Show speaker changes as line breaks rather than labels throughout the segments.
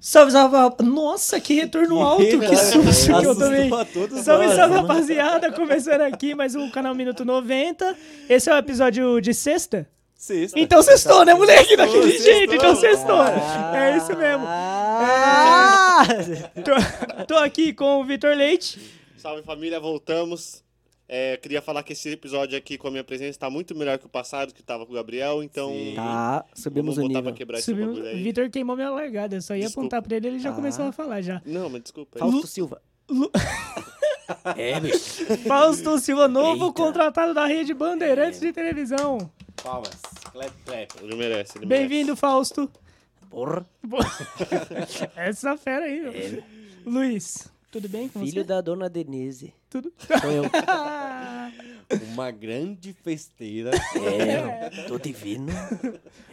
Salve, salve, rapa- Nossa, que retorno alto, que susto que eu tomei. Então,
Assustou a todos
Salve,
nós,
salve,
né?
rapaziada. Começando aqui mais um canal Minuto 90. Esse é o episódio de sexta.
Sexta.
Então sextou, né, moleque? Daquele
sextou.
jeito, então sextou.
Ah.
É isso mesmo. É.
Ah!
Tô, tô aqui com o Vitor Leite.
Salve família, voltamos. É, queria falar que esse episódio aqui com a minha presença está muito melhor que o passado, que tava com o Gabriel, então.
Sim.
Tá, subimos
vamos
o
botar
nível.
pra quebrar
Subiu.
esse bagulho aí.
Vitor queimou minha largada. Eu só ia
Desculpa.
apontar pra ele ele já
Ah.
começou a falar já.
Não, mas desculpa. aí.
Fausto Silva.
Lu-
é, bicho.
Fausto Silva, novo
Eita.
contratado da rede Bandeirantes de Televisão.
Palmas. Clap, clap.
Ele merece, ele merece.
Bem-vindo, Fausto.
Porra.
Pô, Essa fera aí, meu. Luiz, tudo bem com
Filho
você?
da dona Denise.
Tudo.
Sou eu.
Uma grande festeira.
É, tô divino.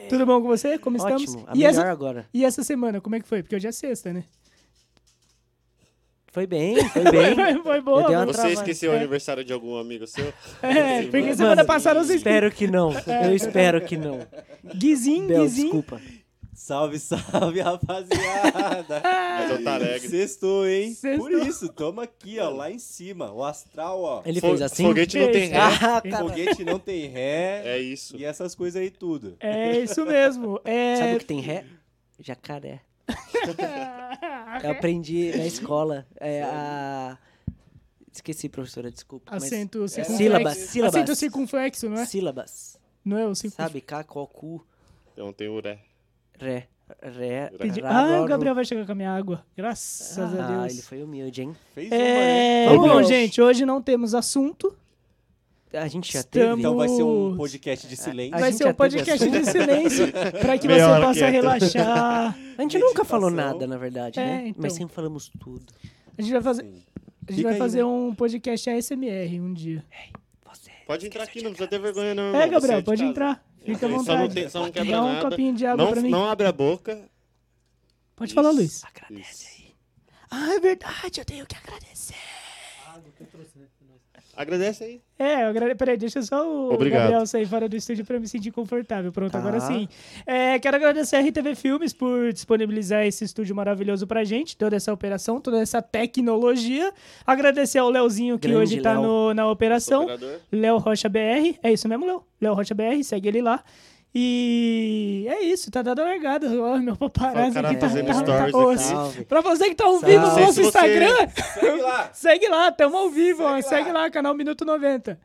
Tudo bom com você? Como
Ótimo.
estamos?
A
E
melhor
essa,
agora.
e essa semana, como é que foi? Porque hoje é sexta, né?
Foi bem, foi bem.
Foi, foi boa.
Eu dei uma
mano.
Você
Travai.
esqueceu o
É.
aniversário de algum amigo seu?
É, porque semana
Mano,
passada É. eu
Espero que não. Eu espero que não.
Guizinho,
Bel,
Guizinho.
desculpa.
salve, salve, rapaziada.
Mas eu tá tareg.
Sextou, hein?
Sextou.
Por isso, toma aqui, ó, lá em cima. O astral, ó.
Ele
Fo-
fez assim?
Foguete não tem
Fez. tá?
ré.
Ah, cara.
Foguete não tem ré.
É isso.
E essas coisas aí tudo.
É isso mesmo.
Sabe
É.
o que tem ré? Jacaré. Eu aprendi na escola. É a... Esqueci, professora, desculpa. mas-
Acento circunflexo.
Sílabas, sílabas.
Acento circunflexo, não é?
Sílabas.
Não é o circunflexo.
Sabe? K, co, cu,
Então tem o ré.
ré. Ré.
Pedi-
rá,
Ah,
ró,
o Gabriel vai chegar com a minha água. Graças a
Ah,
Deus.
ele foi humilde, hein?
Fez uma, né?
É...
Vamos
Bom,
lá.
gente, hoje não temos assunto.
A gente já
Estamos-
teve.
Então vai ser um podcast de silêncio.
A
Vai
gente
ser um
já teve
podcast de
assunto?
silêncio para que é.
Meia
você
hora
possa
quieto.
relaxar.
A gente nunca
meditação.
falou nada, na verdade,
É,
né?
então.
Mas sempre falamos tudo.
A gente vai fazer,
Sim.
a gente
Fica
vai
aí,
fazer
né?
um podcast ASMR um dia.
Você. é
Pode entrar aqui, não precisa ter vergonha, não.
É,
irmão, Hum, você
Gabriel,
de
pode
casa.
entrar. Fica à
Só não, tem,
vontade.
só não quebra
Dá um
nada.
copinho de água
não,
pra mim.
não abre a boca.
Pode falar,
Isso.
Luiz.
Agradece aí.
Ah, é verdade, eu tenho que agradecer.
Agradece aí.
É, eu agrade... peraí, deixa só o
Obrigado.
Gabriel sair fora do estúdio pra eu me sentir confortável. Pronto,
Tá.
agora sim. É, quero agradecer a RTV Filmes por disponibilizar esse estúdio maravilhoso pra gente, toda essa operação, toda essa tecnologia. Agradecer ao Leozinho que
Grande
hoje tá
Léo.
no- na operação.
Operador.
Léo Rocha BR. É isso mesmo, Léo? Léo Rocha BR, segue ele lá. E é isso, tá dada a largada. Ó, meu
O
paparazzi
cara
aqui tá,
fazendo
tá, tá
stories
osso.
Salve.
Pra você que tá ao vivo no
Salve.
nosso
Se você-
Instagram,
Segue lá.
segue lá, tamo ao vivo, ó,
Segue lá.
segue lá, canal Minuto 90.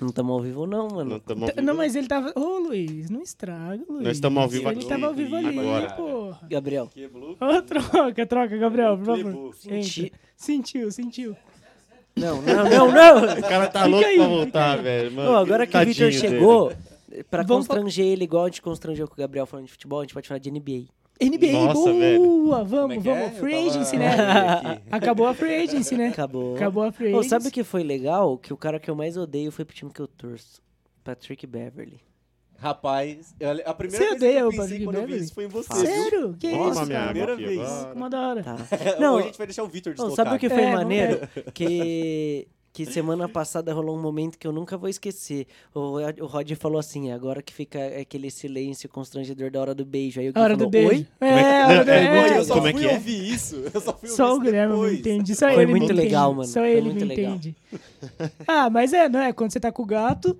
Não estamos ao vivo, não, mano.
Não tá estamos ao
T-
vivo.
Não, mas ele tava. Ô, Luiz, não estraga, Luiz.
Nós tamo ao vivo
Ele
aqui,
tava ao vivo ali,
agora.
porra.
Gabriel.
Quebrou.
Ô, troca, troca, Gabriel, por
Playboy.
favor.
Senti-
Entra. Sentiu, sentiu.
Não, não, não, não.
O cara tá
Fica
louco
aí,
pra
fica
voltar, velho. mano.
Não, agora que o Victor
Tadinho dele.
chegou, pra
Vamos fal-
constranger ele igual a gente constrangeu com o Gabriel falando de futebol, a gente pode falar de NBA.
NBA,
Nossa,
boa!
velho.
Como é
Vamos,
que é?
vamos.
Eu
Free
tava
agency, né?
olhando aqui.
Acabou a free agency, né?
Acabou.
Acabou a free
Ô,
agency.
sabe o que foi legal? Que o cara que eu mais odeio foi pro time que eu torço. Patrick Beverly.
Rapaz, eu- a primeira
Você
vez que
odeia o
eu pensei
Patrick
quando eu vi
Beverly?
isso foi em você, viu?
Sério? Que
Toma
isso,
minha
cara?
água
Primeira
aqui
vez.
agora.
Uma da hora.
Tá.
Não,
Não,
a gente vai deixar o Vitor
Não,
deslocar.
sabe o que foi
É, não
maneiro? Que, que semana passada rolou um momento que eu nunca vou esquecer. O, Rod- o Rod falou assim, agora que fica aquele silêncio constrangedor da hora do beijo. Aí o Gui
A hora
falou,
do beijo.
Oi?
É, a hora do
É,
Mano, eu
beijo.
só
como é
fui
que é?
ouvir isso. Eu só fui
Só o
ouvir isso
Guilherme me
depois.
entende. Só
Foi
ele me
muito
entende.
legal, mano.
Só
Foi
ele
muito
me
legal.
entende. Ah, mas é, não é? Quando você tá com o gato,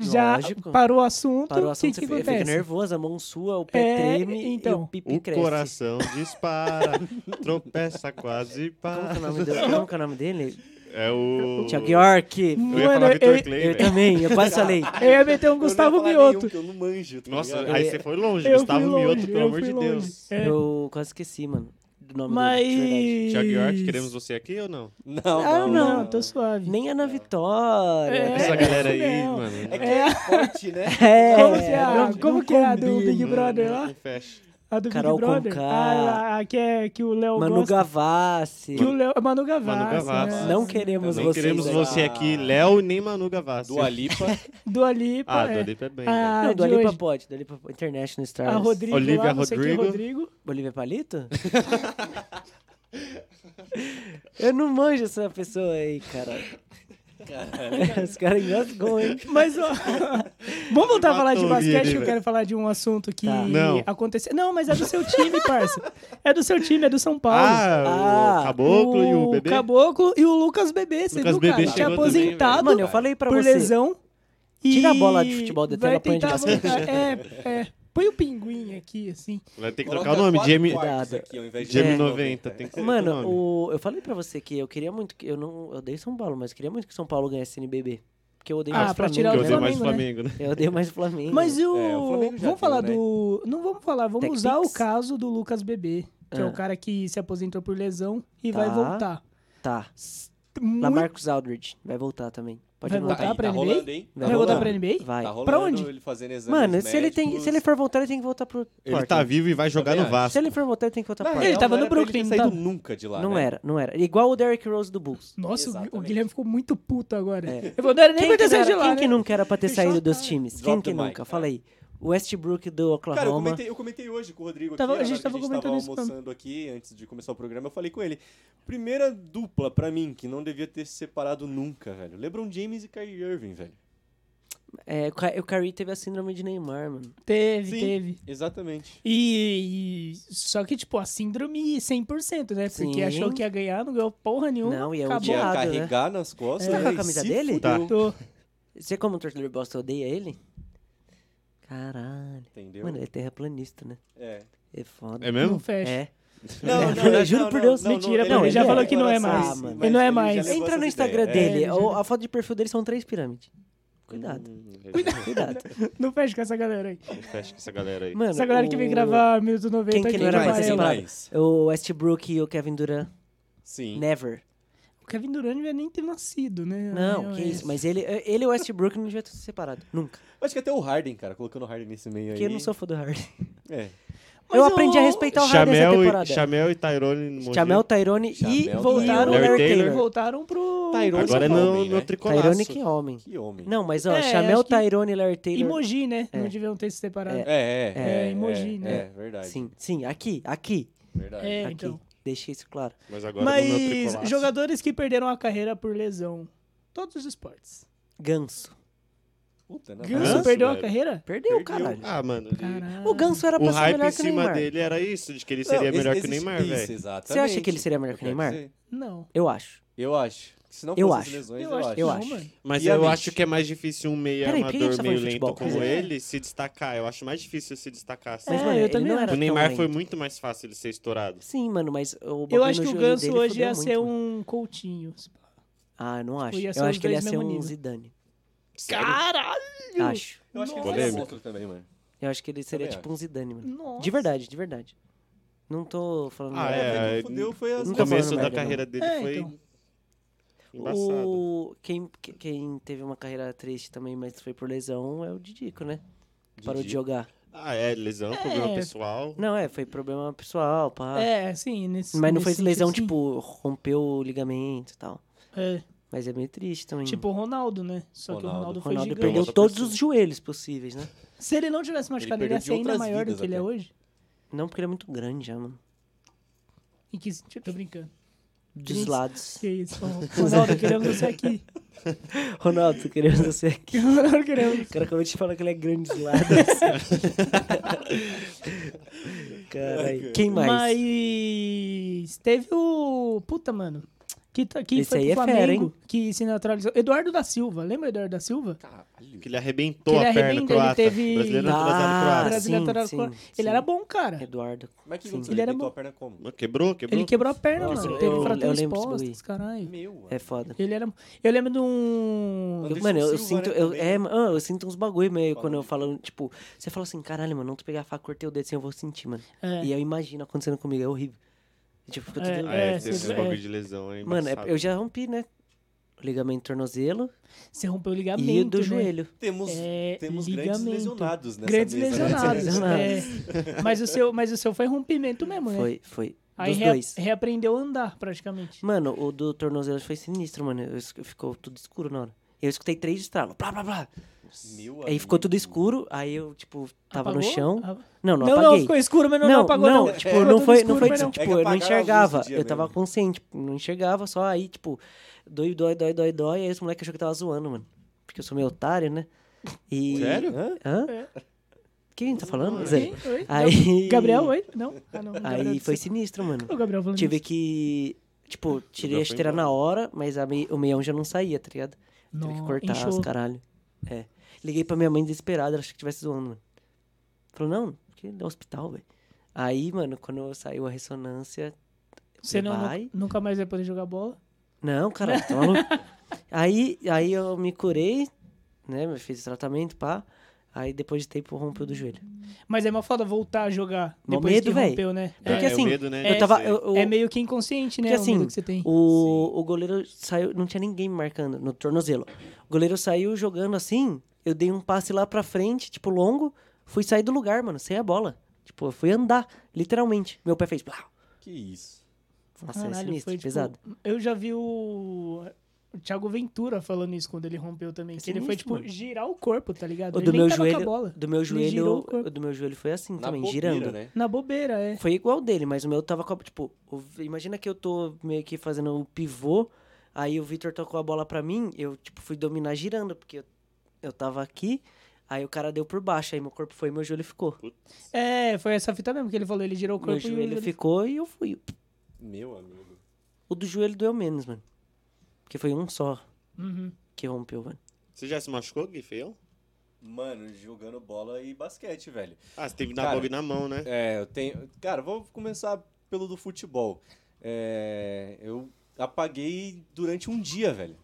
já
Lógico.
parou o assunto.
Parou o
que
assunto,
que
você fica-
acontece?
fica nervoso, a mão sua, o pé
É,
treme
então.
e o pipi
O
cresce.
coração dispara, tropeça quase
Como que é o
para.
nome dele? Como que é o nome dele?
É o.
Tiago York.
Eu ia falar
Mano,
Vitor
eu-
Clay,
Eu
velho.
também, eu quase falei.
Eu ia meter um
Eu não ia
Gustavo
falar
Mioto.
nenhum, que eu não manjo, tá
Nossa, é-
ligado?
aí você foi longe,
Eu
Gustavo
fui longe,
Mioto, pelo
eu
amor
fui
de
longe.
Deus.
É.
Eu quase esqueci, mano, do nome dele, de verdade.
Mas. Ah,
Tiago York, queremos você aqui ou não?
Não, não,
Não,
não.
não, tô suave.
Nem
É.
Ana Vitória.
É.
Essa galera aí,
não.
mano.
É que é forte, né?
É.
Como que é, a-
não
como que é a do
combina.
Big Brother
Mano,
lá?
não fecha.
A do
Carol
Big Brother?
Conká.
Ah, a que, é, que o Léo
Manu
gosta.
Gavassi.
Que o Léo... Manu Gavassi.
Manu Gavassi.
né?
Não queremos
Nem
vocês
queremos
aqui.
você
Ah.
aqui, Léo e nem Manu Gavassi.
Do Alipa.
Dua Lipa.
Ah,
é.
do Alipa é bem. velho.
Ah,
Não,
de
do Alipa
hoje.
pode. Do Alipa pode. International Stars.
A Rodrigo
Olivia
lá, não sei quem é
Rodrigo.
Rodrigo.
Bolívia Palito? eu não manjo essa pessoa aí, cara. Os caras engasgam, hein?
Mas, ó, vamos voltar a falar de
Matou o
basquete,
Vini,
que eu quero falar de um assunto que
né, Tá.
Não.
aconteceu. Não, mas é do seu time, parça. É do seu time, é do São Paulo.
Ah,
Ah,
o Caboclo e o Bebê?
Caboclo e o Lucas Bebê, você
Lucas
viu, cara?
Bebê
Tinha
chegou
aposentado
também,
Mano, eu falei pra
por
você.
lesão. e
Tira a bola de futebol da
vai
tela, põe de
tentar
basquete.
voltar. É, é. Põe o pinguim aqui, assim.
Vai ter que
Coloca
trocar o nome.
quatro
Jamie,
quartos
Dada.
aqui, ao invés de Tá
Jamie
É.
90. Tem que ser outro
Mano,
nome.
o- eu falei pra você que eu queria muito. que Eu não eu odeio São Paulo, mas eu queria muito que São Paulo ganhasse NBB. Porque eu odeio
Ah,
mais
pra
Flamengo.
tirar
Porque
o
eu
né?
odeio mais
Flamengo,
Flamengo, né?
Eu odeio mais Flamengo.
Mas o.
É, o Flamengo já
vamos
deu,
falar
né?
do. Não vamos falar, vamos
Tech
usar o
Pix?
caso do Lucas Bebê, que é
Ah.
o cara que se aposentou por lesão e
Tá.
vai voltar.
Tá.
Muito
Lamarcus Aldridge vai voltar também. Pode
Vai
voltar.
voltar pra
tá
NBA?
rolando, hein?
Vai
Vai
voltar
voltar.
pra NBA?
Vai.
Tá rolando
Pra onde?
ele fazendo exames
Mano, se ele, tem,
médicos.
se ele for voltar, ele tem que voltar pro
Ele
Portland.
tá vivo e vai jogar
Também
no
acho.
Se
Vasco.
ele for voltar, ele tem que voltar
Na
pro
real,
Ele
Portland.
tava
não
no
era pra
Brooklyn,
ter
não
saído
tava?
tá nunca de lá,
Não é.
né?
era, não era. Igual o Derrick Rose do Bulls.
Nossa, o- o
Exatamente.
Guilherme ficou muito puto agora. Ele falou, não era nem
É.
pra
Quem, que,
ter
não
saído
era,
de lá,
quem
né?
que nunca era pra ter
Fechou
saído
a
dos
cara.
times?
Drop
quem
the
que
mic,
nunca?
vai.
Fala aí. Westbrook do Oklahoma.
Cara, eu comentei, eu comentei hoje com o Rodrigo
Tava-
aqui,
a gente
hora que
tava comentando isso mesmo.
almoçando aqui, antes de começar o programa, eu falei com ele. Primeira dupla pra mim que não devia ter se separado nunca, velho. LeBron James e Kyrie Irving, velho.
É, o Ka- o Kyrie teve a síndrome de Neymar, mano.
Teve,
Sim.
teve.
Exatamente.
E, e- Só que, tipo, a síndrome 100%, né? Porque
Sim.
acabou achou que ia ganhar, não ganhou porra nenhuma.
Não, e é
acabou.
Ia
odiado,
carregar nas costas.
Você tá com a
né, e
camisa
se
dele?
fudeu,
Tô.
Você, como torcedor bosta, odeia ele? Caralho.
Entendeu?
Mano, ele é terraplanista, né?
É.
É foda.
É
Não
mesmo?
fecha.
É.
Não,
Eu juro por Deus,
mentira,
pra mim, já falou
que
Ah,
não é
mais. Ele
não é mais.
Entra no Instagram dele.
É,
o- a foto de perfil dele são três pirâmides. Cuidado,
Hum,
Cuidado.
cuidado.
Não fecha com essa galera aí.
Fecha com essa galera aí.
Mano,
Essa galera que vem
o-
gravar minuto 90
Quem que
aqui,
não era
vai,
pra
mais,
ser
é,
quem
vai.
separado?
mais?
O Westbrook e o Kevin Durant.
Sim.
Never.
O Kevin Durant não devia nem ter nascido, né?
Não, que
é.
isso. Mas ele, ele e o Westbrook não devia ter se separado. Nunca.
Acho que até o Harden, cara, colocando o Harden nesse meio aí.
Porque eu não sou fã do Harden.
É.
Mas
eu aprendi
o-
a respeitar tá o Harden essa
Chamel e,
temporada.
Chamel e Tyrone no Mogi.
Chamel, Tyrone e
Chamel,
voltaram o
Tyrone.
Larry
Larry
Taylor.
Taylor.
né? Voltaram pro...
Tyrone
Agora é
São Paulo,
no,
hein,
no
né?
tricolaço.
Tyrone que homem.
Que homem.
Não, mas ó,
É,
Chamel,
acho que-
Tyrone e Larry
E
Taylor.
Mogi, né?
É.
Não deviam ter se separado.
É.
É,
É,
é.
emoji,
é,
né?
É, verdade.
Sim, sim, aqui, aqui,
Verdade.
É,
aqui.
então.
Deixei isso claro.
Mas agora no é meu
Mas
tricolaço.
jogadores que perderam a carreira por lesão. Todos os esportes.
Ganso.
Puta, não.
Ganso,
Ganso,
perdeu a
velho.
carreira?
Perdeu,
Perdeu.
é caralho.
Ah, mano. ele-
Caralho.
O Ganso era pra
O
ser
hype
melhor
em
que o
cima
Neymar.
dele era isso, de que ele seria
Não,
melhor
esse-
que o
esse-
Neymar,
isso,
velho.
exatamente.
Você acha que ele seria melhor que o
Eu quero
Neymar?
dizer,
Não.
Eu acho.
Eu acho. Se não
Eu
fosse as
acho.
lesões,
Eu acho que
Eu
não,
acho.
mano.
Mas
E a
eu
mente?
acho que é mais difícil um meio
Peraí, por que a gente
armador,
tá falando
meio
de
lento
futebol?
como
É.
ele se destacar. Eu acho mais difícil se destacar. assim.
É,
Mas, mano,
eu
ele
também
não
acho.
era
o Neymar
tão
foi
lento.
muito mais fácil ele ser estourado.
Sim, mano, mas o
Eu
bagulho
acho
no
que o
joelho
Ganso
dele
hoje
fudeu
ia
muito,
ser
mano.
um Coutinho.
Ah, não acho.
ia ser
Eu
os
acho que ele ia
dois
ser
mesmo
um
nível. Hum.
Zidane.
Caralho!
Acho.
Eu acho que ele
Nossa.
seria monstro também, mano.
Eu acho que ele seria
Também
tipo um Zidane, mano.
Nossa.
De verdade, de verdade. Não tô falando.
Ah,
nada. assim.
é,
Ele
é,
fudeu foi as
No
Nunca
lesões.
falando
começo da
merda,
carreira dele
É,
foi
então.
embaçado.
O... Quem, que- quem teve uma carreira triste também, mas foi por lesão, é o Didico, né? Que Parou de
Didi.
jogar.
Ah, é, lesão, problema
É.
pessoal.
Não, é, foi problema pessoal, pá.
É, sim. Nesse,
mas não foi
nesse
lesão,
sentido,
tipo, rompeu o ligamento e tal.
sim. É,
Mas é meio triste também.
tipo o Ronaldo, né? Só que o
Ronaldo.
Ronaldo
o
foi
Ronaldo
gigante.
perdeu
Outra
todos
pessoa.
os joelhos possíveis, né?
Se ele não tivesse machucado, ele,
perdeu
ia
de
ser ainda
outras
maior do
vidas
que ele é
até.
hoje.
Não, porque ele é muito grande já, mano.
Em que sentido? Tô brincando.
Dos
Gente.
lados.
Que isso, Ronaldo, queremos você aqui.
Ronaldo, queremos você aqui.
Ronaldo, queremos.
O cara acabou de falar que ele é grande dos lados. Caralho. Quem mais?
Mas teve o. Puta, mano. Que, tá- que
Esse
foi
aí
pro
é fera,
Flamengo, que se naturalizou. Eduardo da Silva, lembra o Eduardo da Silva?
Caralho.
Que ele arrebentou
Que ele
a perna
arrebentou,
croata.
ele teve-
Brasileiro
Ah,
naturalizado croata.
Brasileiro
sim,
natural-
sim,
ele
sim.
era bom, cara.
Eduardo.
Mas que aconteceu?
Ele era
deitou
bom.
a perna como?
Mas Quebrou, quebrou.
Ele quebrou a perna,
Nossa,
mano.
eu-
Teve
eu
fraturas
lembro desse
expostas,
bagulho.
caralho.
Meu.
É foda.
Ele era. Eu lembro de um.
Anderson
mano, eu, eu
Silva,
sinto.
né,
Eu,
também,
é,
né?
mano, eu sinto uns bagulho meio
Fala
quando eu
aí.
falo, tipo, você fala assim, caralho, mano, não tu pegar a faca, cortei o dedo assim, eu vou sentir, mano.
É.
E eu imagino acontecendo comigo, é horrível. Tipo, fica
É,
tudo.
Ah, é,
É,
teve esses
é.
bagulho de lesão aí.
mano, é- eu já rompi, né? O ligamento do tornozelo
Você rompeu o ligamento.
e o do
né?
joelho.
Temos,
É,
temos grandes
ligamento.
lesionados nessa
Grandes
mesa, né?
lesionados.
Lesionados.
é. mas, o seu, mas o seu foi rompimento mesmo, né?
Foi, foi.
Aí
dos
rea-
dois.
reaprendeu a andar, praticamente.
Mano, o do tornozelo foi sinistro, mano. Eu, es- ficou tudo escuro na hora. Eu escutei três estralos. Blá, blá, blá.
Meu
Aí ficou
amigo.
tudo escuro, aí eu, tipo, tava no
Apagou?
chão.
Ah,
Não, não,
Não, não,
apaguei.
ficou escuro, mas não, não apagou não.
tipo,
Ficou
não
tudo
foi, não
escuro,
foi,
mas não.
tipo,
É que
eu não
apagaram a luz do
enxergava.
dia
Eu tava
mesmo.
consciente, tipo, não enxergava, só aí, tipo, dói, dói, dói, dói, dói, aí os moleques achou que eu tava zoando, mano. Porque eu sou meio otário, né? E...
Sério? Hã?
Hã?
É.
Quem tá falando?
Oi,
Zé?
oi, não.
Aí...
Gabriel, oi? Não. Ah, não. Gabriel
Aí
disse-
foi sinistro, mano.
O Gabriel falando
Tive
isso.
que, tipo, tirei a
foi
esteira
embora.
na hora, mas a mei- o meião já não saía, tá ligado? Tive que
Não,
cortar
inchou.
os caralho. É. Liguei pra minha mãe desesperada, ela achou que tivesse zoando, mano. Falou, não, porque é hospital, velho. Aí, mano, quando saiu a ressonância.
Você não, nu-
vai?
nunca mais vai poder jogar bola.
Não, caralho, tá maluco? aí, aí eu me curei, né? eu Fiz o tratamento, pá. Aí depois de tempo rompeu do joelho.
Mas é uma foda voltar a jogar
Mó
depois
medo,
que
véi.
rompeu, né?
Porque
é,
assim,
o medo, né,
eu
de
Tava,
ser-
eu, eu-
É meio que inconsciente, né?
Porque,
o
assim,
medo que você tem.
O, o goleiro saiu, não tinha ninguém me marcando no tornozelo. O goleiro saiu jogando assim, eu dei um passe lá pra frente, tipo, longo, fui sair do lugar, mano, sem a bola. Tipo, eu fui andar, literalmente. Meu pé fez. Blau.
Que isso.
Nossa, é
Caralho,
sinistro,
foi, tipo,
pesado.
Eu já vi o... o Thiago Ventura falando isso quando ele rompeu também.
É
que ele foi,
sinistro,
tipo,
mano.
girar o corpo, tá ligado?
O
ele
do
nem
meu,
tava com a
joelho,
bola.
do meu
Ele girou o
joelho.
corpo.
O do meu joelho foi assim
Na
também,
bobeira,
girando.
né?
Na bobeira, é.
Foi igual dele, mas o meu tava com a, Tipo, o- imagina que eu tô meio que fazendo o pivô, aí o Vitor tocou a bola pra mim, eu, tipo, fui dominar girando, porque eu, eu tava aqui, aí o cara deu por baixo, aí meu corpo foi e meu joelho ficou.
É, foi essa fita mesmo que ele falou. Ele girou o corpo
Meu
e o
joelho ficou e eu fui.
Meu amigo.
O do joelho doeu menos, mano. Porque foi um só
Uhum.
que rompeu, mano.
Você já se machucou, Gui, feio?
Mano, jogando bola e basquete, velho.
Ah, você teve na
Cara,
bola e na mão, né?
É, eu tenho. Cara, vou começar pelo do futebol. É, eu apaguei durante um dia, velho.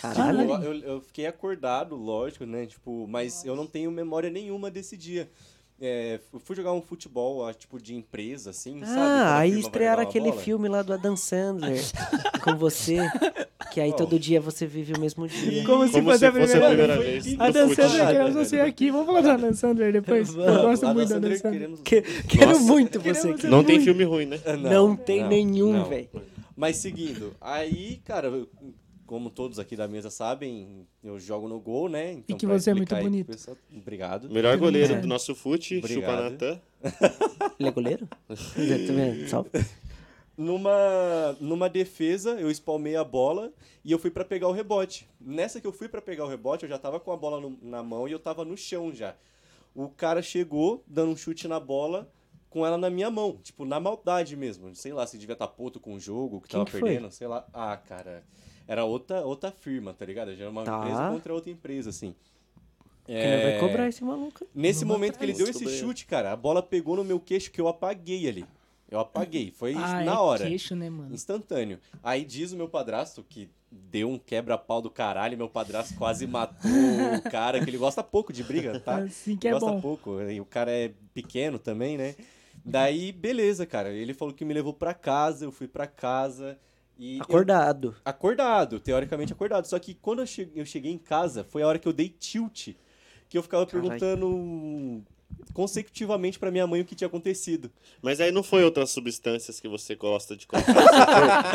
Caralho.
Tipo, eu, eu fiquei acordado, lógico, né? Tipo, mas eu não tenho memória nenhuma desse dia. É, eu fui jogar um futebol, ah, tipo, de empresa, assim, sabe? Quando
Ah,
a
aí
firma vai
estrearam
jogar uma
aquele
bola.
filme lá do Adam Sandler com você, que aí
Qual?
todo dia você vive o mesmo dia.
Como se fosse a primeira
vez.
vez.
A é
A
Dan
no
Dan
futebol.
Sandler,
Sandler,
queremos
queremos
você
você
aqui. Vamos falar da Dan Sandler depois. Eu gosto
Adam
muito da Dan
Sandler
Sandler.
queremos-
Que- quero
Nossa.
muito você.
Queremos-
cara.
Não
Muito.
tem filme ruim, né?
Ah,
Não, tem nenhum,
não.
velho.
Mas seguindo, aí, cara, eu- como todos aqui da mesa sabem, eu jogo no gol, né? Então,
que
pra
você é muito
explicar aí pro
bonito.
pessoal- Obrigado.
Melhor goleiro
É.
do nosso fute, Chupa
Obrigado.
Natan.
Ele é goleiro? Zé, também, salve.
Numa, numa defesa, eu espalmei a bola e eu fui pra pegar o rebote. Nessa que eu fui pra pegar o rebote, eu já tava com a bola no- na mão e eu tava no chão já. O cara chegou dando um chute na bola com ela na minha mão, tipo, na maldade mesmo. Sei lá, se devia estar puto com o jogo, que
Quem
tava
que foi?
perdendo, sei lá. Ah, cara, era outra, outra firma, tá ligado? Já era uma
Tá.
empresa contra outra empresa, assim.
Quem não vai cobrar esse maluco?
Nesse
Vamos
momento que ele
atrás.
deu esse
Descobriu.
chute, cara, a bola pegou no meu queixo que eu apaguei ali. Eu apaguei, foi
Ah, é
na hora.
queixo, né, mano?
Instantâneo. Aí diz o meu padrasto que deu um quebra-pau do caralho, meu padrasto quase matou o cara, que ele gosta pouco de briga, tá?
Assim que é
gosta
bom.
pouco. E o cara é pequeno também, né? Daí, beleza, cara. Ele falou que me levou pra casa, eu fui pra casa. E eu-
Acordado.
acordado, teoricamente acordado. Só que quando eu che- eu cheguei em casa, foi a hora que eu dei tilt. Que eu ficava
Caralho.
perguntando consecutivamente pra minha mãe o que tinha acontecido.
Mas aí não foi outras substâncias que você gosta de colocar. você foi? não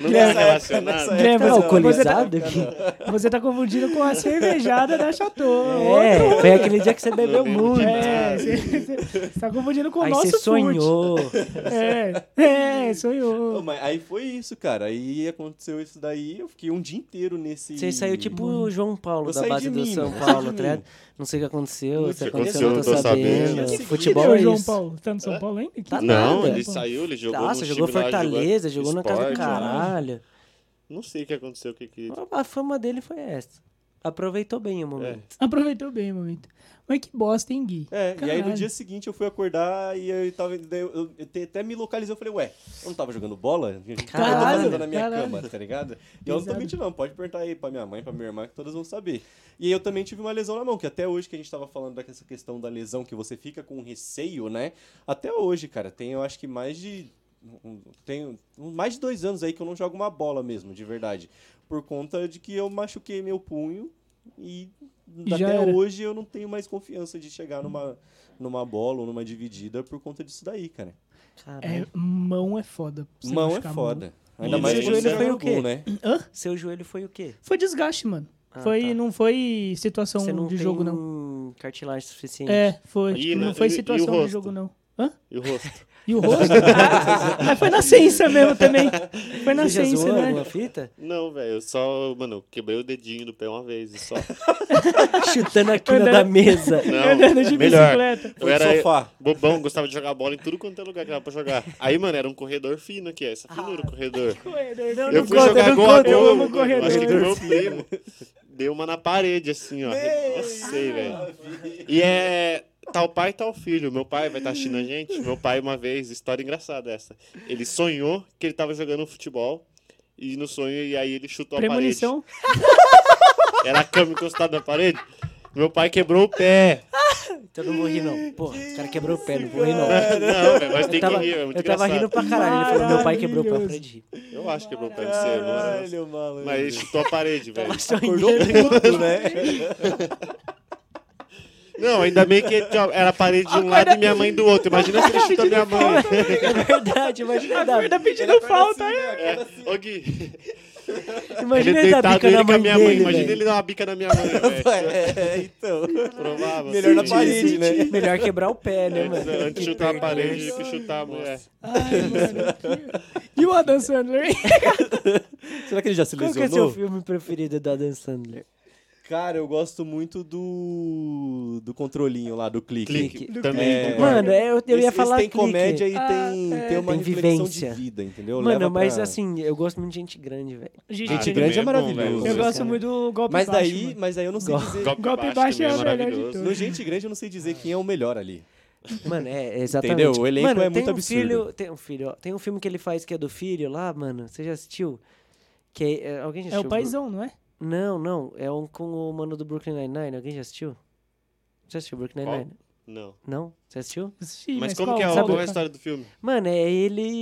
tá
Nessa época,
relacionado?
nessa
Guilherme,
época, não.
alcoolizado
Nessa
aqui.
época, não.
Você tá confundindo com a cervejada da Chateau. Outro-
É, foi aquele dia que você bebeu
lembro
muito.
É, você, você- você tá confundindo com o
Aí
nosso
você
food.
sonhou.
É, é,
Não,
sonhou.
mas aí foi isso, cara. Aí aconteceu isso daí, eu fiquei um dia inteiro nesse.
Você saiu tipo o João Paulo
Eu
da
saí
base
de
do
mim,
São
mano, eu saí
Paulo,
de
tá
mim.
ligado? Não sei o que aconteceu,
Muito
se
que
aconteceu, eu não tô
aconteceu, eu não tô
sabendo.
assim,
sabendo.
Futebol é
João
isso.
Paulo? Tá no São Paulo ainda? Que-
Não,
nada.
ele saiu, ele jogou
Nossa,
no
jogou
time lá,
Fortaleza, jogou na casa do
esporte.
caralho.
Não sei o que aconteceu, o que que...
A fama dele foi essa. Aproveitou bem o momento.
Aproveitou bem o momento. Mas que bosta, hein, Gui?
É, e aí
Caralho.
no dia seguinte eu fui acordar e eu tava. daí Eu, eu- eu te- até me localizei, eu falei, ué, eu não tava jogando bola? Eu
Caralho,
tava jogando na minha
caralho.
cama, tá ligado? E eu não tô
Pesado.
mentindo, não. Pode perguntar aí pra minha mãe, pra minha irmã, que todas vão saber. E aí eu também tive uma lesão na mão, que até hoje que a gente tava falando dessa questão da lesão, que você fica com receio, né? Até hoje, cara, tem eu acho que mais de. um- Tenho mais de dois anos aí que eu não jogo uma bola mesmo, de verdade. Por conta de que eu machuquei meu punho e
Já
até
era.
hoje eu não tenho mais confiança de chegar numa, numa bola ou numa dividida por conta disso daí, cara.
É,
Caralho.
mão é foda. Você
mão é
machucar a mão.
foda.
E
Ainda
o
mais
seu
quando você
joelho
joga
foi o
gol,
quê?
né?
Hã?
Seu joelho foi o quê?
Foi desgaste, mano.
Ah,
foi,
tá.
Não foi situação
Você não
de
tem um
jogo, não.
cartilagem suficiente.
É, foi.
E
tipo,
na-
não foi
e- e o
situação de
rosto?
jogo, não. Hã?
E o rosto?
E o rosto? Mas foi na ciência mesmo também. Foi na
Você já
ciência,
zoou
né?
alguma fita?
Não, velho, eu só, mano, eu quebrei o dedinho do pé uma vez e só. Tá
Chutando a quina
Andando-
da mesa.
Não,
Andando de
melhor.
bicicleta.
eu
Foi de
era
sofá.
bobão, gostava de jogar bola em tudo quanto é lugar que dava pra jogar. Aí, mano, era um corredor fino aqui, ó, essa finura, o corredor.
Corredor, não,
Eu
não
fui
conta,
jogar
não
gol a
conta,
gol,
eu amo
mano, acho que do
corredor.
meu primo. Deu uma na parede, assim, ó. Sei, velho. E é tal pai, tal filho. Meu pai vai estar assistindo a gente. Meu pai, uma vez, história engraçada essa. Ele sonhou que ele tava jogando futebol. E no sonho, e aí ele chutou
Premonição.
a parede. Era a cama encostada na parede. Meu pai quebrou o pé.
Então eu não vou rir, não. Porra, o cara quebrou o pé, não vou rir, não.
Não, velho, mas
Eu
tem
tava,
que rir, é muito
eu tava rindo
engraçado.
pra caralho. Ele falou, meu pai quebrou o pé, eu
Maravilhoso.
falei de rir.
Eu acho que é quebrou o pé de ser, mano.
Caralho, malandro.
Mas ele chutou a parede, velho.
Acordou
tá
puto, né?
Não, ainda bem que ele- era a parede de um lado e minha mãe do outro. Imagina se ele chutou minha mãe.
É verdade, imagina ele dar-
Tá pedindo falta, né?
É, ô Gui,
Imagina
ele
ele dar
deitado
bica
ele com
na
a
mãe
minha mãe.
dele,
Imagina
velho.
ele dar uma bica na minha mãe, velho.
É, então.
Provável.
Melhor na
sim.
parede, né?
Melhor quebrar o pé, né,
Antes,
mano?
é, antes de chutar a parede do que chutar a mulher.
Ai, mano. E o Adam Sandler, hein?
Será que ele já se
Qual que é seu
lesionou?
filme preferido do Adam Sandler?
Cara, eu gosto muito do. do controlinho lá, do clique.
Clique.
Clique.
Também.
É.
concordo.
Mano, é, eu, eu
Esse-
ia
esse
falar
tem
clique.
comédia e
Ah,
tem,
é.
tem uma
Tem
reflexão
vivência.
de vida, entendeu? Leva
Mano, mas
pra-
assim, eu gosto muito de gente grande, velho.
Gente
Gente,
Ah,
grande é
também é bom,
maravilhoso.
velho.
eu gosto muito do golpe
Mas
baixo,
daí,
mano.
mas daí eu não sei dizer.
Golpe baixo
também
é o melhor de
né? maravilhoso.
tudo.
No Gente Grande eu não sei dizer quem é o melhor ali.
Mano, é, é exatamente.
Entendeu? O elenco
mano,
é
tem
muito
um
absurdo.
Filho, tem um filho, ó, tem um filme que ele faz que é do filho lá, mano. Você já assistiu? Que é, é- alguém já
É
assistiu?
o paizão, não é?
Não, não. É um com o mano do Brooklyn Nine-Nine. Alguém já assistiu? Já assistiu Brooklyn
Qual?
Nine-Nine?
Não.
Não? Você assistiu?
Sim,
Mas como que é?
qual?
Qual é a
Sabe-
história do filme?
Mano, é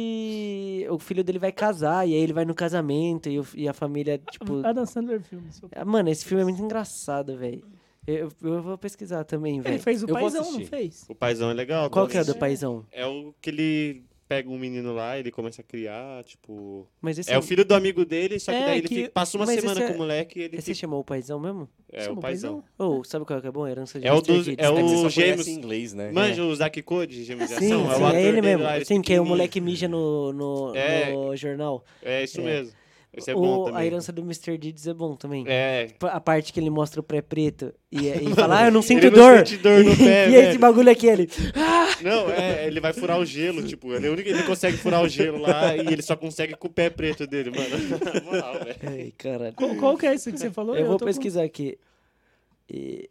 ele. O filho dele vai casar, e aí ele vai no casamento, e, o- e a família, tipo.
Adam Sandler filme. seu-
Ah, Mano, esse filme é muito engraçado, velho. Eu, eu vou pesquisar também, velho.
Ele fez o
Eu vou
paizão, não
assistir.
fez?
O paizão é legal.
Qual
talvez.
que é o do paizão?
É o que ele pega um menino lá, ele começa a criar, tipo...
Mas esse
É o filho do amigo dele, só que
É,
daí ele
que-
fica- passa uma
Assim, mas
semana
esse é-
com o moleque e ele
Esse
fica...
chamou o paizão mesmo?
É
Chama
o paizão.
Ou, sabe qual que é bom? Herança de
É o
Mr.
do-
Deeds.
é
É que
o-
você só
Os gêmeos-
conhece em inglês, né?
Manja o Zack Code, gêmeos de
É. Sim,
ação? o
sim,
ator
é ele
dele
mesmo.
lá, ele
Sim, que é o
pequenininho.
moleque mija no, no,
É.
no jornal.
É isso
É.
mesmo. Esse é
O-
bom também.
A herança do Mr. Deeds é bom também.
É.
A parte que ele mostra o pré preto e, e fala, ah, eu não sinto
ele
dor.
Não sente dor no pé,
e esse
velho.
bagulho aqui, ele.
Não, é, ele vai furar o gelo, tipo, ele é o único que ele consegue furar o gelo lá e ele só consegue com o pé preto dele, mano. Na moral, velho.
Ai, caralho.
Qual, qual que é esse que você falou?
Eu vou
tô
pesquisar aqui. E-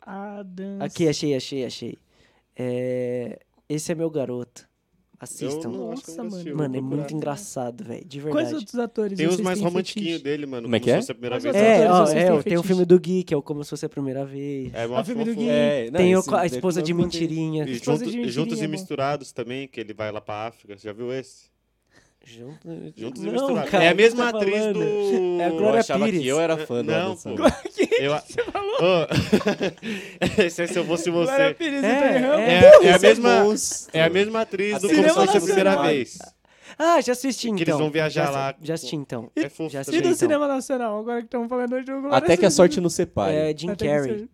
Com... Adam...
Aqui, achei, achei, achei. É, Esse é meu garoto. Assistam.
Eu não acho
Nossa,
que eu não assisti, eu vou
Mano, é
procurar.
muito engraçado, velho. De
Quais
verdade.
outros atores
é Tem os
vocês
mais
têm
romantiquinhos
fetiche?
dele, mano.
Como é que
se
é?
fosse a primeira
Mas
vez.
outros
É,
atores
ó,
vocês
é,
têm
ó, tem o
fetiche?
filme do Gui, que é o Como Se Fosse a Primeira Vez.
É
É
uma
o filme do
fofura.
Gui.
É, não,
tem
assim,
o
esse
co- a
daí
esposa
foi
de
uma boa
mentirinha.
tipo,
E
Esposa
junto-
de mentirinha,
juntos
é
e
bom.
misturados também, que ele vai lá pra África. Você já viu esse?
Junto-
né?
Juntos
Não,
e misturados.
cara,
é a
o que
mesma
você tá
atriz
falando?
do.
É a
Eu
Glória
achava
Pires.
que eu era fã do
Não,
Adam
pô. É
Sandler.
Eu... Você falou? esse é se eu fosse você.
Glória Pires e
É,
Tony Ramos.
É, é a
Esse
mesma,
monstro.
é a mesma atriz do
Assim,
Como Se
cinema
Fosse a Primeira
nacional.
Vez.
Ah, já assisti então.
Que eles vão viajar
já,
lá.
Já assisti então.
É fofo
já
E
também.
do
Então.
cinema nacional, agora que estamos falando hoje, eu agora
Até que a
assisti.
sorte não separe.
É Jim
Até que
Carrey.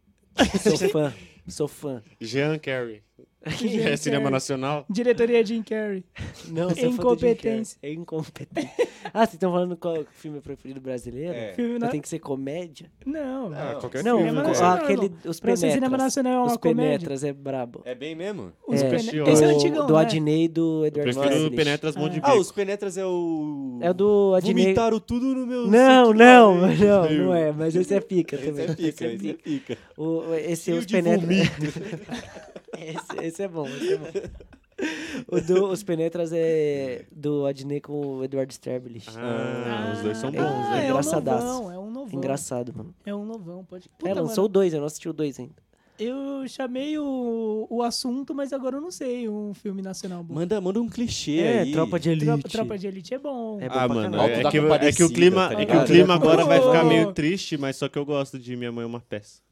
Sou fã. Sou fã.
Jean Carrey.
Jim
É cinema
Carrey.
nacional.
Diretoria Jim Carrey.
Não, sou fã do Jim
Incompetência.
Carrey. É incompetência. Ah, vocês estão falando qual é o filme preferido brasileiro?
É.
Filme
Mas
na...
tem que ser comédia?
Não.
Ah,
qualquer
não,
um
é
filme,
né?
o-
cara.
nacional.
aquele. Os
Pra você,
penetras.
cinema nacional é uma
os
comédia.
penetras é brabo.
É bem mesmo?
Os
É.
Pene-
Esse
Esse é
O-
antigão,
Do
né?
Adnei e do
Eu
Edward
prefiro o
Maslin.
Penetras Mão de
Ah,
Bico.
os Penetras é o.
É o do Adnei.
Vomitaram tudo no meu.
Não,
sentido.
não, não, não é. Mas esse é pica
Esse
também.
é pica, esse é pica.
O, o- esse
Cheio
os
de
penetras. esse, esse é bom, esse é bom. O do, os penetras é do Adnei com o Edward Sterblich.
Ah, os dois são
Ah,
bons,
é
né?
Engraçadaço.
Um novão, é um novão.
Engraçado, mano.
É um novão, pode.
é,
Puta,
lançou o
mano,
dois, eu não assisti o dois ainda.
Eu chamei o, o assunto, mas agora eu não sei um filme nacional bom.
Manda, manda um clichê
É,
aí.
Tropa de Elite.
Tropa, Tropa de Elite é bom.
É bom
Ah,
pra
mano,
caralho.
Alto
é
da
que, eu- é que o
Compadecida,
clima,
tá
é que
ligado?
o clima agora vai ficar
Ô!
meio triste, mas só que eu gosto de Minha Mãe é uma peça.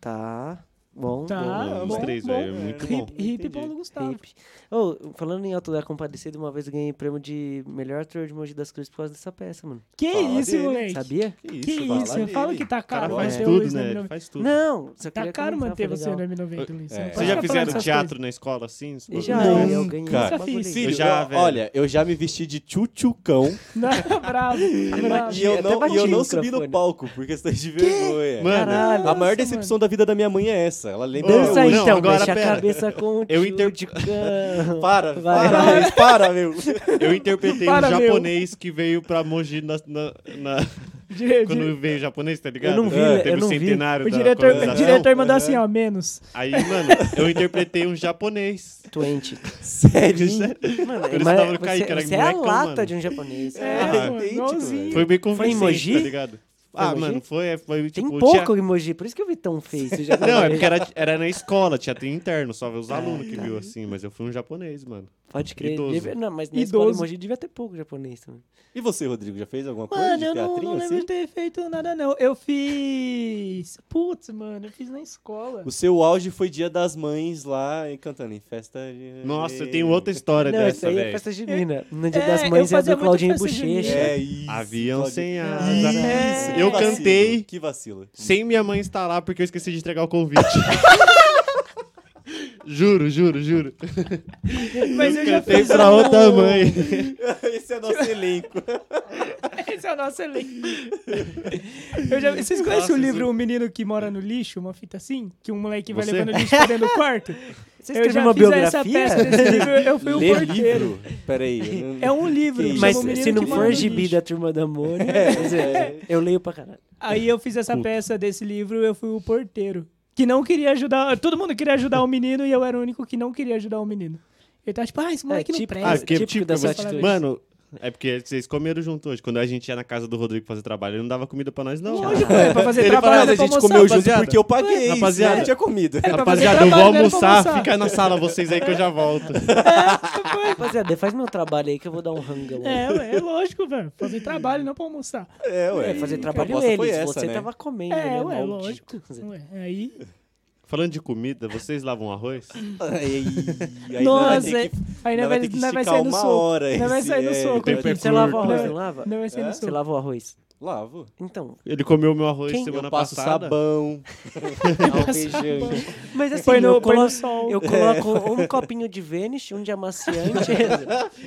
Tá. Bom,
Tá.
bom,
Ah,
os
bom,
três,
bom.
velho. é Muito bom.
Hip, hip
Entendi.
Paulo Gustavo.
Hip. Ô, falando em Alto da Compadecida, uma vez eu ganhei prêmio de melhor ator de Mogi das Cruzes por causa dessa peça, mano.
Que
Fala
isso,
dele.
moleque?
Sabia?
Que
Que
isso,
isso?
fala,
Fala
dele.
que tá
cara
caro
faz
É um
manter o
tudo,
Luiz
né? Ele
na
faz tudo. né?
Não, só
Tá
queria
caro
comentar,
manter
foi
você no
legal.
M90, Luiz.
É.
não pode
Vocês
ficar
já
falando
fizeram
essas
teatro na escola assim? esses
E
bagulho?
já,
Nunca.
eu ganhei esse
Nunca
bagulho.
fiz.
Filho,
Eu já,
eu-
velho.
olha, eu já me vesti de tchutchucão
coisas. Não, bravo, bravo.
e eu
até
não,
bati
e eu
no
não subi no
microfone.
palco, por questões de vergonha.
Mano,
Caralho.
a maior
Nossa,
decepção da vida da minha mãe é essa. Ela lembra.
Dança
Não,
aí,
não,
então,
agora,
deixa
pera.
a cabeça com o
Eu
tio
inter-
de cão.
Para,
Vai.
para, Luiz, para, meu.
Eu interpretei um
Para, meu.
japonês que veio pra Mogi na, na- na-
Dire- dire-
quando veio o japonês, tá ligado?
não vi,
É,
eu
Teve
não
o
vi.
centenário
O
da
diretor, o
colonização.
diretor
É.
mandou assim, ó, menos.
Aí, mano, eu interpretei um japonês.
Twente.
Sério?
Mano,
Eles
mas
estavam no
você,
Kaique, era
você é a
molecão,
lata
mano.
de um japonês.
É,
Ah,
mano,
idêntico,
igualzinho.
Foi bem convincente,
Mogi?
tá ligado? ah,
Mogi?
mano, foi, foi
Tem
tipo... tinha-
pouco emoji, por isso que eu vi tão feio. esse japonês.
Não, é porque era, era na escola, tinha até interno, só os alunos que viu assim, mas eu fui um japonês, mano.
Pode crer.
Idoso.
Deve- não, mas na escola
Idoso.
emoji devia ter pouco japonês também.
E você, Rodrigo, já fez alguma coisa
Mano,
de
eu não,
teatrinho
não lembro de
assim?
ter feito nada, não. Eu fiz. Putz, mano, eu fiz na escola.
O seu auge foi dia das mães lá e cantando em festa de...
Nossa, eu tenho outra história
não, isso
dessa,
aí é
velho.
festa junina. No dia
É,
das mães
eu
é
fazia
do
muito
Claudinho
festa junina.
Bochecha.
É isso.
Avião
Claudio.
sem
Ah,
asa.
É.
Isso,
Eu
que vacilo,
cantei.
Que vacilo.
Sem minha mãe estar lá porque eu esqueci de entregar o convite. juro, juro, juro.
Mas eu já
Cantei
fiz.
pra
um-
outra mãe.
Esse é nosso elenco.
Esse é o nosso elenco. Eu já- Vocês conhecem
Nossa,
o livro
isso-
O Menino que Mora no Lixo? Uma fita assim? Que um moleque vai
Você?
levando lixo pra dentro do quarto?
Você
eu
escreveu
já
uma
fiz essa
biografia?
peça desse livro. Eu fui o
Lê
porteiro.
livro. Peraí. eu não-
É um livro.
Que
que
Mas
chama O Menino
se não
que Mora
for
no
gibi
Lixo.
da turma da Mônica,
É.
quer dizer, eu leio pra caralho.
Aí eu fiz essa peça desse livro, eu fui o porteiro. Que não queria ajudar. Todo mundo queria ajudar o menino e eu era o único que não queria ajudar o menino. Ele tá tipo, ah, esse moleque
É,
não
tipo-
presta.
Ah, porque,
típico
tipo,
da sua
você-
atitude.
Mano, é porque vocês comeram junto hoje. Quando a gente ia na casa do Rodrigo fazer trabalho, ele não dava comida pra nós, não.
Lógico, é pra fazer
Ele fala,
trabalho,
mas a
é pra
gente
almoçar,
comeu junto
rapaziada.
porque eu paguei.
Rapaziada.
senão eu tinha comido.
É, pra fazer
Rapaziada, eu vou
trabalho, né? Pra
almoçar.
almoçar.
Fica na sala vocês aí que eu já volto.
Rapaziada, faz meu trabalho aí que eu vou dar um hanga lá.
É, ué, é lógico, velho. Fazer trabalho, não pra almoçar.
É, ué.
É, fazer
A
trabalho
proposta foi
eles,
essa,
você
né?
tava comendo, né?
É, ué,
maldito.
lógico. Ué, aí.
Falando de comida, vocês lavam arroz?
Ei, aí nós vai
Nossa, é.
ter
aí
que-
aí
nós
não
vai
vai,
ter que
nós vai
esticar
sair no
uma
soco.
hora
Não vai
esse-
sair no
é,
soco.
tem
aqui.
percurso.
Você lava o arroz,
Não,
não lava?
Não vai sair
É?
no
Você
soco.
lava o arroz.
Lavo.
Então,
Ele comeu meu arroz
Quem?
semana
Eu passo
passada.
sabão. um Alvejante.
Mas assim,
Põe no-
eu,
põe
colo-
no sol.
eu coloco um copinho de Vênice, um de amaciante,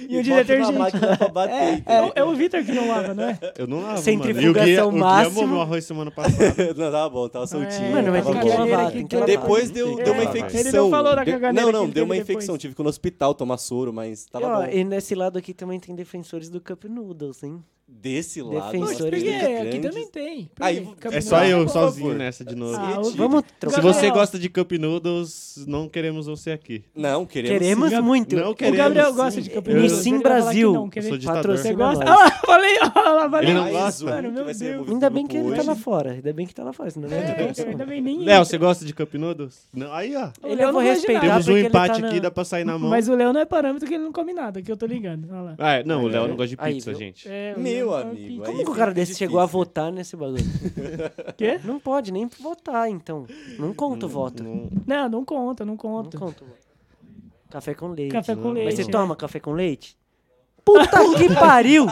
E o
bota na
detergente.
máquina pra bater.
É, é o Vitor que não lava, não é?
Eu não lavo, mano. E o
Centrifugação
Gui, o Gui amou
máxima.
meu arroz semana passada.
é.
Não, tava bom, tava soltinho.
Mano, mas
tava
tem que
bom.
lavar, tem que lavar.
Depois deu,
Tem que
deu uma
lavar.
infecção.
Ele não falou da
Deu-
caganeira
Não,
que
não,
ele
deu uma
teve depois.
infecção. Tive que ir no hospital tomar soro, mas
E,
tava
ó,
bom.
e nesse lado aqui também tem defensores do Cup Noodles, hein?
Desse lado, é
Defensores
nós
Dois
Porque
dedos
perdemos
aqui
grandes-
também tem.
Aí,
É
Caminhão.
só
Não,
eu
por
sozinho
favor.
nessa de novo.
Ah,
Sim,
Vamos
Se
trocar.
Gabriel.
você gosta de Cup Noodles, não queremos você aqui.
Não, queremos.
Queremos
Gab-
muito.
Não
O
queremos.
Gabriel gosta de
Eu-
campeonato.
Nissin Brasil.
Eu sou ditador.
Você
Patrocina
gosta?
nós.
Ah, falei, ah, lá, falei.
Ele não
Mais
gosta?
um
Mano,
que
meu
vai ser
Deus.
removido
Ainda
do
bem que ele
grupo
tá lá
hoje.
fora. Ainda bem que tá lá fora, senão não
É,
ia
cara, ainda bem nem
Léo,
entra.
você gosta de Cup Noodles? Não, aí, ó.
Ele
Ele eu
não
vou
vai
respeitar.
girar.
Temos
Ah, porque
um
ele tá
empate
na-
aqui, dá pra sair na mão.
Mas o Léo não é parâmetro que ele não come nada, que eu tô ligando. Olha lá.
Ah, é, não, o Léo não gosta de
Aí,
pizza,
viu?
gente.
É, o
Meu
Léo é um
amigo,
pica.
aí-
Como que o cara desse
Difícil.
chegou a votar nesse bagulho?
Quê?
Não pode nem votar, então. Não
Hum,
conta o voto. Não,
Não-
Não, não conta, não conta.
conta o voto. Café com leite.
Café com
Mas
leite. né?
você toma café com leite? Puta que pariu!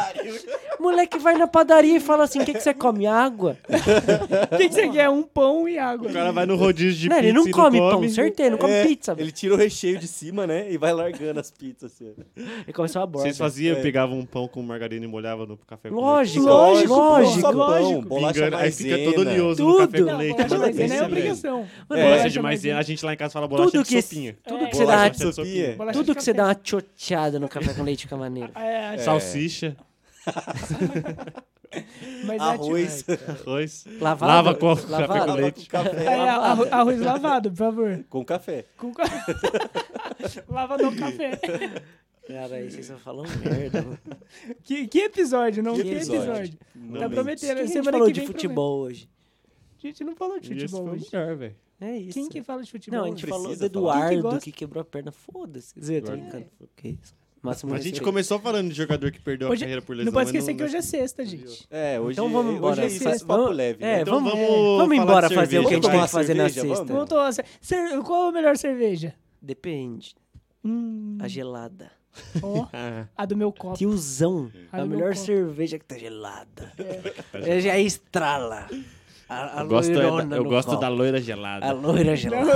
Moleque vai na padaria e fala assim: o que, que você come? Água?
O que que você quer? Um pão e água.
O cara vai no rodízio de
Não,
pizza
ele não
e
come, pão, certeza, não come
É,
Tá pizza.
Ele tira o recheio de cima, né? E vai largando as pizzas. Assim.
Ele come só a borda.
Vocês faziam,
É.
pegavam um pão com margarina e molhava no café com leite?
Lógico,
Lógico,
lógico.
lógico.
Só pão,
lógico.
bolacha
Engana- aí
maisena.
fica todo oleoso no
Tudo.
café com
Não,
leite.
bolacha
mano,
maisena é
pensa, velho.
obrigação.
Mano,
É.
Bolacha de
Bolacha
maisena,
maisena.
a gente lá em casa fala bolacha
Tudo
de
que-
sopinha.
Tudo que
É.
você dá,
Bolacha de sopinha.
Bolacha
tudo
de
que você dá
café.
uma tchotchada no café com leite fica maneiro.
É, acho-
Salsicha,
mas é tipo-
Arroz.
arroz.
Lavado?
Lava com café
Lavado?
com
Tava com
leite.
É,
café.
arro- arroz lavado, por favor.
Com café.
Com ca- Lava no café.
Cara, aí vocês só falam merda. mano.
Que, que episódio, não?
Que
Que,
episódio.
episódio.
Não
Tá
mente.
prometendo.
Quem a gente
Semana
falou
que
de
vem
futebol hoje?
promete. A gente não falou de
E esse
futebol
foi um o
hoje.
melhor, velho.
É isso.
Quem que fala de futebol?
Não, a gente
hoje?
Precisa
falou do
falar.
Quem que
Eduardo
gosta?
que, quebrou a perna. Foda-se. Zé, tô
Eduardo.
brincando. Que isso? Máximo
A gente
respeito.
começou falando de jogador que perdeu
Hoje-
a carreira por lesão.
Não pode
mas
esquecer que hoje é sexta, gente.
É, hoje,
Então vamos embora.
hoje é isso,
Fa-
esse papo
vamos-
leve.
É,
né?
Então
vamos,
vamos
vamos
falar de
embora fazer o que
cerveja.
a gente tem que
Vamos tomar
fazer na
cerveja,
sexta.
vamos?
Vamos tomar ce- cer- Qual a melhor cerveja?
Depende.
Hum,
A gelada.
ó,
Ah,
a do meu copo.
Tiozão.
Ah,
a
eu não
melhor
conto.
cerveja que tá gelada. É. Já estrala. A, a
eu gosto, é da-
loirona
eu
no
gosto
copo.
da loira
A
gelada.
loira gelada.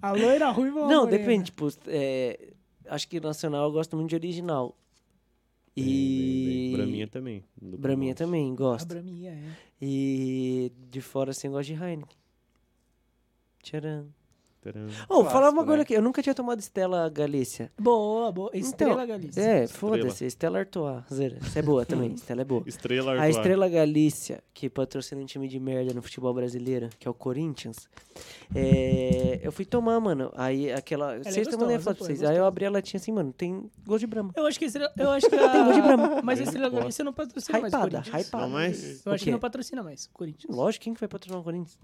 A loira ruiva ou a
Não,
morena?
depende. Tipo, é, acho que nacional eu gosto muito de original. E.
é
Braminha é também. do
Braminha
Pernambuco.
também,
A
gosto.
braminha, é.
E de fora assim eu gosto de Heineken. Tcharam.
Tcharam.
Oh,
Clássico,
falar uma coisa
né?
aqui. Eu nunca tinha tomado Estela Galícia.
Boa, boa. Estrela
Então,
Galícia.
É, foda-se. Estela Artois. Zera. Essa é boa também. Estela é boa.
Estrela
A
Artois.
Estrela Galícia, que patrocina um time de merda no futebol brasileiro, que é o Corinthians. é, eu fui tomar, mano. Aí aquela. Sexta eu mandei a
gostosa,
foto pra
pô, é
vocês. Aí eu abri a latinha assim, mano. Tem gosto de brama.
Eu acho que a estrela. Eu acho que a...
gosto de Brahma.
Mas a
Grande
estrela
bosta.
Galícia não patrocina mais. o
Hypada,
Corinthians.
hypada.
Não, mas-
Eu
O
acho
quê?
que não patrocina mais. o Corinthians.
Lógico, quem que vai patrocinar o Corinthians?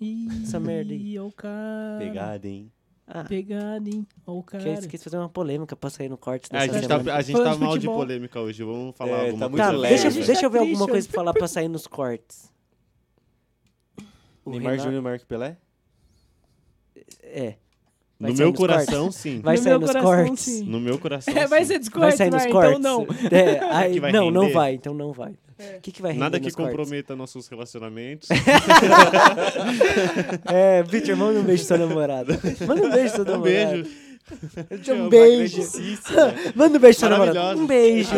Ih,
Essa merda aí.
ó o cara.
Pegada, hein?
Ah,
Pegada, hein? Ó o cara.
que eu esqueci de fazer uma polêmica pra sair no corte
É, a
dessa
gente
semana.
tá, a gente
Falando
tá
de
mal de
futebol.
polêmica hoje. Vamos falar
É,
alguma
tá muito
Tá,
coisa.
leve.
deixa, eu-
velho.
deixa eu ver
Tá
alguma
triste,
coisa pra falar pra sair nos cortes. O
Neymar
Renato-
Júnior e Marco Pelé?
É. Vai
No
sair
meu
nos
coração, sim.
Vai
No
sair
meu
nos
coração,
cortes.
sim.
No meu coração,
É, vai
sim.
ser discord,
vai sair nos cortes.
então não. É.
É, aí-
que vai
não, não
render?
vai, então não vai. O que, que vai render
Nada que
nos cortes?
comprometa nossos relacionamentos.
É, Vitor, manda um beijo pra sua namorada. Manda um beijo pra sua
Um
namorada.
beijo.
Te amo,
Uma
beijo.
grandissíssima.
Manda um beijo pra sua namorada.
Maravilhosa.
Um beijo.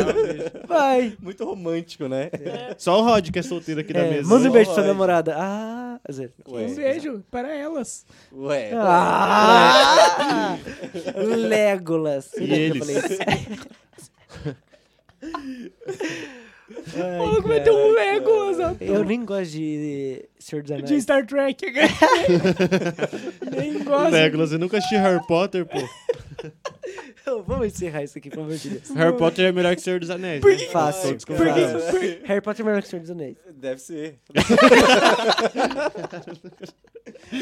Vai.
Muito romântico, né?
Só o Rod que é solteiro aqui da
É,
mesa.
manda um
Só
beijo pra sua
vai.
namorada. Ah, zero.
É.
Ué.
Um beijo para elas.
Ué.
Ah! Legolas.
E
Olha que eu
eles?
falei isso. Ai,
O maluco vai ter um
cara.
Legolas. ó.
Eu nem né? gosto de Senhor dos
De
Anéis.
Star Trek. né? nem gosto.
Legolas, eu nunca assisti Harry Potter, pô.
Então, Vamos encerrar isso aqui, pelo amor de Deus.
Harry Potter é melhor que Senhor dos Anéis.
Por
né?
que-
Eu
Fácil,
tô
por
desconfiado.
que- Harry Potter é melhor que Senhor dos Anéis.
Deve ser.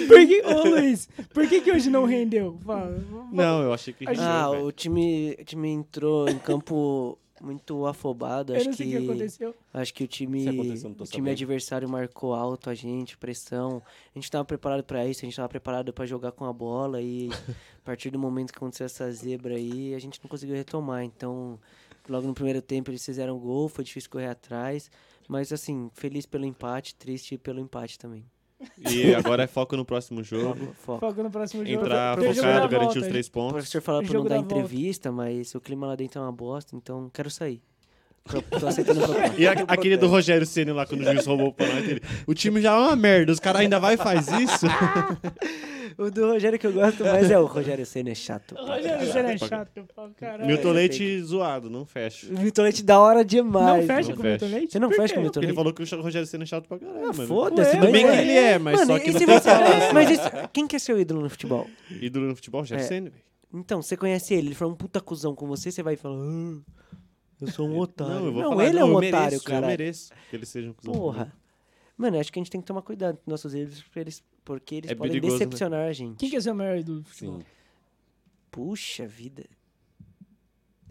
Por que, ô Luiz, por que que hoje não rendeu? Fala.
Não, eu achei que rendeu,
Ah,
velho.
o time, o time entrou em campo muito afobado.
Eu
Acho
não sei o que
que
aconteceu.
Acho que o
Se
time,
aconteceu, eu não tô
o time
sabendo.
adversário marcou alto a gente, pressão. A gente tava preparado pra isso, a gente tava preparado pra jogar com a bola e a partir do momento que aconteceu essa zebra aí, a gente não conseguiu retomar. Então, logo no primeiro tempo eles fizeram gol, foi difícil correr atrás, mas assim, feliz pelo empate, triste pelo empate também.
E agora é foco no próximo jogo.
Foco.
Foco no próximo jogo.
Entrar
Tem jogo na
focado, garantir
volta,
os
hein?
três
O
pontos.
professor falou pra não
Jogo
dar
da volta.
entrevista, mas o clima lá dentro é uma bosta, então quero sair. Tô- Tô aceitando o problema.
E a- aquele do Rogério Ceni lá, quando o juiz roubou pra nós. ele, O time já é uma merda, os caras ainda vai e faz isso?
O do Rogério que eu gosto mais é o Rogério Senna, é chato.
O Rogério Senna é chato pra caralho.
Milton Leite zoado, não fecha.
é Milton Leite da hora
Não
demais.
fecha
não
com o
fecha.
Milton Leite?
Você não
Por
fecha
quê?
com o Milton
Porque ele
Leite?
falou
Ah,
que o Rogério Ceni é chato pra caralho, mano.
Foda-se,
Ué,
mas
Tudo bem
Mano,
que ele é, mas
Mano,
só
e
que não
se
tem
você-
falar.
Mas isso- quem que é seu ídolo no futebol?
Ídolo no futebol, Rogério
É.
Ceni, velho.
Então, você conhece ele, ele foi um puta cuzão com você, você vai e fala... "Ah, eu sou um otário.
Não, eu vou
Não,
falar,
ele é
não,
um
eu
otário,
mereço,
cara.
Eu mereço que ele seja um cuzão.
Porra. Mano, eu acho que a gente tem que tomar cuidado com nossos ídolos, porque eles, porque eles
É
podem
perigoso, né?
decepcionar a gente.
Quem que é seu maior ídolo? do futebol?
Sim.
Puxa vida.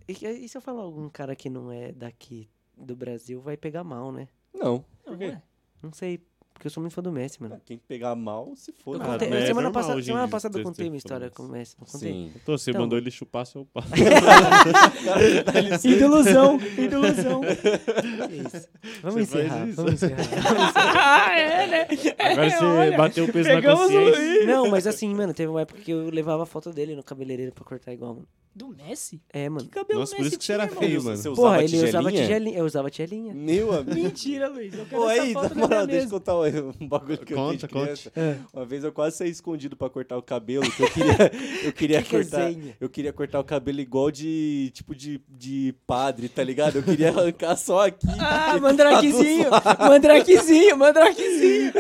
E, e se eu falar algum cara que não é daqui do Brasil, vai pegar mal, né?
Não.
Não,
Por quê?
ué.
Não sei, porque eu sou muito fã do Messi, mano.
Quem pegar mal, se
Eu
foda.
Ah,
contei-
mas é
semana
normal
passada,
hoje em
semana
dia
passada eu
ter- ter
contei minha história
problemas.
com o Messi. Não contei?
Sim.
Então, você
Então-
mandou ele chupar seu pau.
Idolusão, idolusão.
Que isso? Vamos
Você
encerrar,
faz isso?
vamos encerrar.
ah, é, né?
Agora
É,
você
olha,
bateu o peso na
pegamos o
consciência.
Não, mas assim, mano, teve uma época que eu levava a foto dele no cabeleireiro pra cortar igual, mano.
Do Messi?
É, mano.
Que cabelo
Nossa, por
Messi
isso que você era
tinha,
feio,
irmão?
mano.
Você
Porra,
usava
ele usava
tigelinha?
tigelinha. Eu usava tigelinha.
Meu amigo.
Mentira, Luiz. Eu quero
Pô,
essa
aí,
foto
na
na
moral,
minha
deixa eu
mesa.
contar um um bagulho que eu tenho
Conta,
de
conta.
criança.
É.
Uma vez eu quase saí escondido pra cortar o cabelo, que eu queria, eu queria
Que é
cortar,
resenha.
eu queria cortar o cabelo igual de, tipo, de, de padre, tá ligado? Eu queria arrancar só aqui.
Ah, mandrakezinho,
Tá
mandrakezinho, mandrakezinho.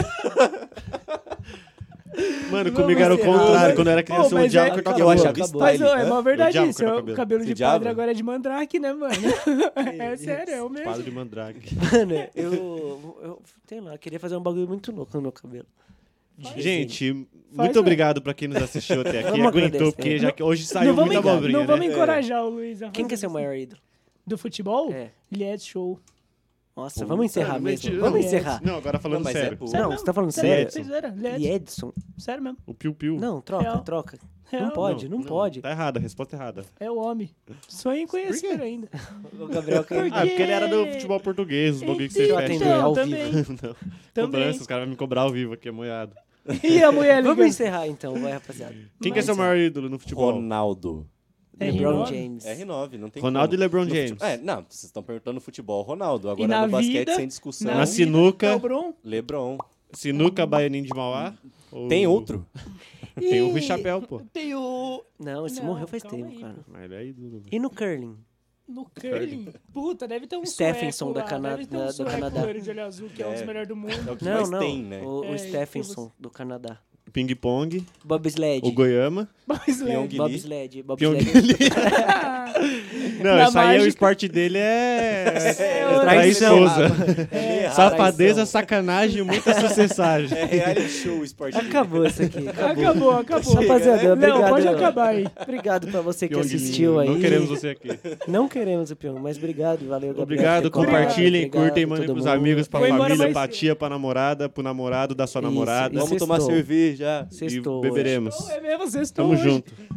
Mano,
Vamos
comigo era o
encerrar,
contrário.
mas-
Quando eu era
Pô,
criança, eu
mas
odiava
é-
cortar
eu
cabelo.
achava
Mas-
style.
Mas, ó, é
né?
uma
Eu
verdade
odiava
isso.
cortar
O
cabelo.
cabelo, de
Odiava?
padre agora é de mandrake, né, mano? é sério, é o mesmo.
Padre Mandrake.
Mano, eu, eu. Sei lá, eu queria fazer um bagulho muito louco no meu cabelo.
Gente,
Faz,
Muito obrigado pra quem nos assistiu até aqui.
Vamos
Aguentou,
agradecer.
porque já que hoje
Não
saiu
vamos,
muita
enco-
abobrinha,
não vamos
né?
encorajar o Luiz a
Quem
fazer
quer ser o
isso.
maior ídolo?
Do futebol?
É.
Ele é de show.
Nossa,
Puta,
vamos encerrar mesmo.
Mentira,
Vamos
não.
encerrar.
Não, agora falando
Não, mas é
sério.
pô.
Não, você tá falando
sério?
sério?
Vocês eram? Ele é
E
de-
Edson?
Sério mesmo.
O Piu Piu.
Não, troca,
Real.
troca.
Real.
Não pode, não, pode.
Tá errada, a resposta é errada.
É o homem. Sonho em
Ah,
conhecer ainda.
O Gabriel que
Ah, porque ele era do futebol português, os bagulho que você
Então,
fez.
atendeu ao
também. Também.
Cobrança, os caras vão me cobrar ao vivo aqui, é moiado.
E a mulher
Vamos
ligando.
encerrar então, vai, rapaziada.
Quem quer ser o maior ídolo no futebol?
Ronaldo.
É
LeBron
enorme.
James.
R9, não tem
Ronaldo
como.
e LeBron
No
James.
fute- É, não, vocês estão perguntando futebol, Ronaldo. Agora
na
no basquete,
vida-
sem discussão,
Na
Na
vida,
sinuca.
Lebron.
LeBron.
Sinuca, Baianinho de Mauá. ou-
Tem outro?
Tem o
Ih,
Rui Chapéu, pô.
Tem o...
Não, esse
Não,
morreu faz
calma
tempo,
aí,
cara.
Mas ele é ídolo.
E no curling?
No curling. Puta, deve ter um
Stephenson
sueco
da
lá,
Cana-
Deve ter um
da- do
sueco
Canadá.
loiro de olho azul, que é, um dos
É.
melhores do
É
mundo.
o que
Não,
mais
não.
tem, né?
O, o
É, e
Stephenson, do Canadá.
Ping Pong,
Bob Sled.
o Goiama.
Mas é, leve.
Pyong
Bob
Lee.
Sled. Bob
Pyong
Sled.
Não,
Na
isso aí é o
mágica.
esporte dele é.
outra
Trai
traição.
esposa.
É, errado.
Safadeza,
Ah, traição.
sacanagem, muita sucessagem.
É reality show o esporte. dele.
Acabou isso aqui. Acabou.
Acabou, acabou.
Rapaziada, obrigado.
né? Não, pode acabar aí.
Obrigado pra você que
Pyong Lee,
assistiu aí.
Não queremos você aqui.
Não queremos o Pyong, mas obrigado, valeu, Gabriel.
Obrigado,
por ter colado,
compartilhem,
obrigado
curtem,
a
mandem
todo
pros
mundo.
amigos, pra
Vou embora
família,
mais
pra
cedo.
tia, pra namorada, pro namorado da sua
Isso,
namorada.
Vamos tomar
Sextou.
cerveja.
Sextou
e
hoje.
beberemos.
Então, É mesmo, vocês estão
Tamo
hoje.
junto.